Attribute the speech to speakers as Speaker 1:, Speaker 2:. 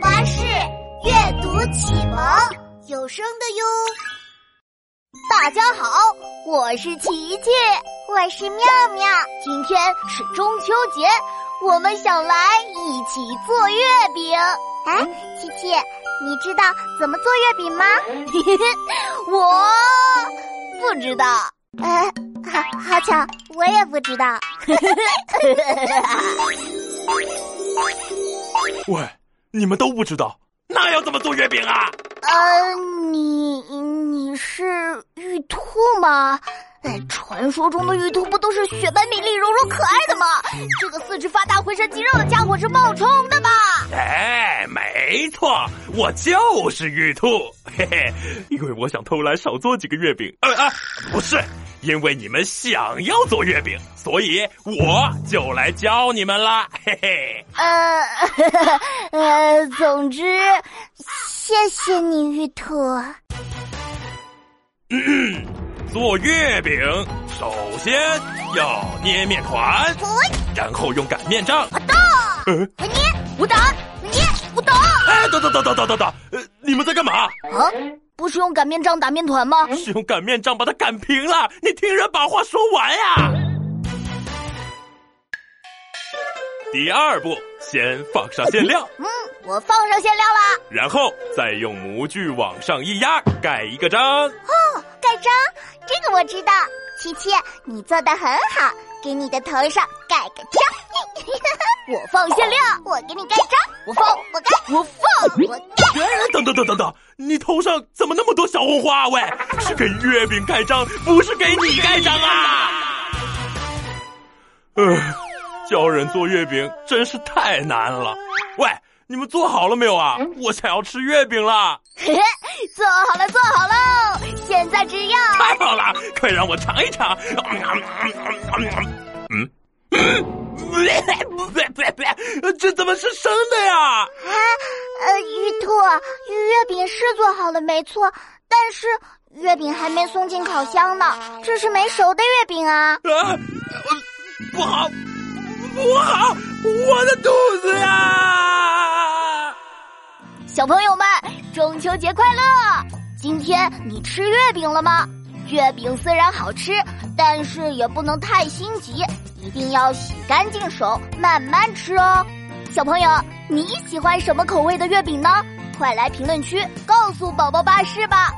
Speaker 1: 巴士阅读启蒙有声的哟。大家好，我是琪琪，我是妙妙。今天是中秋节，我们想来一起做月饼。
Speaker 2: 哎，琪琪，你知道怎么做月饼吗？
Speaker 1: 我不知道，
Speaker 2: 哎，好好巧，我也不知道。
Speaker 3: 喂，你们都不知道，那要怎么做月饼啊？
Speaker 2: 呃，你你是玉兔吗？哎，传说中的玉兔不都是雪白、美丽、柔柔、可爱的吗？这个四肢发达、浑身肌肉的家伙是冒充的吧？
Speaker 3: 哎，没错，我就是玉兔，嘿嘿，因为我想偷懒少做几个月饼。呃啊，不是，因为你们想要做月饼，所以我就来教你们啦，嘿嘿。
Speaker 2: 呃，呃，总之，谢谢你，玉兔。
Speaker 3: 做月饼，首先要捏面团，然后用擀面杖。呃，
Speaker 2: 我捏，我打，我捏，我打。
Speaker 3: 哎，等等等等等等等，呃，你们在干嘛？
Speaker 2: 啊，嗯不是用擀面杖打面团吗？
Speaker 3: 是用擀面杖把它擀平了。你听人把话说完呀、第二步，先放上馅料，
Speaker 2: 嗯，我放上馅料啦。
Speaker 3: 然后再用模具往上一压，盖一个章。
Speaker 2: 盖章，这个我知道。琪琪，你做的很好，给你的头上盖个章。我放馅料， 我给你盖章。我放， 我盖，我放， 我盖。
Speaker 3: 哎，等等等等等，你头上怎么那么多小红花啊？喂，是给月饼盖章，不是给你盖章啊！呃，教人做月饼真是太难了。喂，你们做好了没有啊？我想要吃月饼啦！
Speaker 2: 做好了，做好喽！现在只要
Speaker 3: 太好了，快让我尝一尝。嗯，嗯，这怎么是生的呀？
Speaker 2: 呃，玉兔，月饼是做好了没错，但是月饼还没送进烤箱呢，这是没熟的月饼啊。
Speaker 3: 啊，不好，不好，我的肚子呀！
Speaker 2: 小朋友们，中秋节快乐！今天你吃月饼了吗？月饼虽然好吃，但是也不能太心急，一定要洗干净手，慢慢吃哦。小朋友，你喜欢什么口味的月饼呢？快来评论区告诉宝宝巴士吧！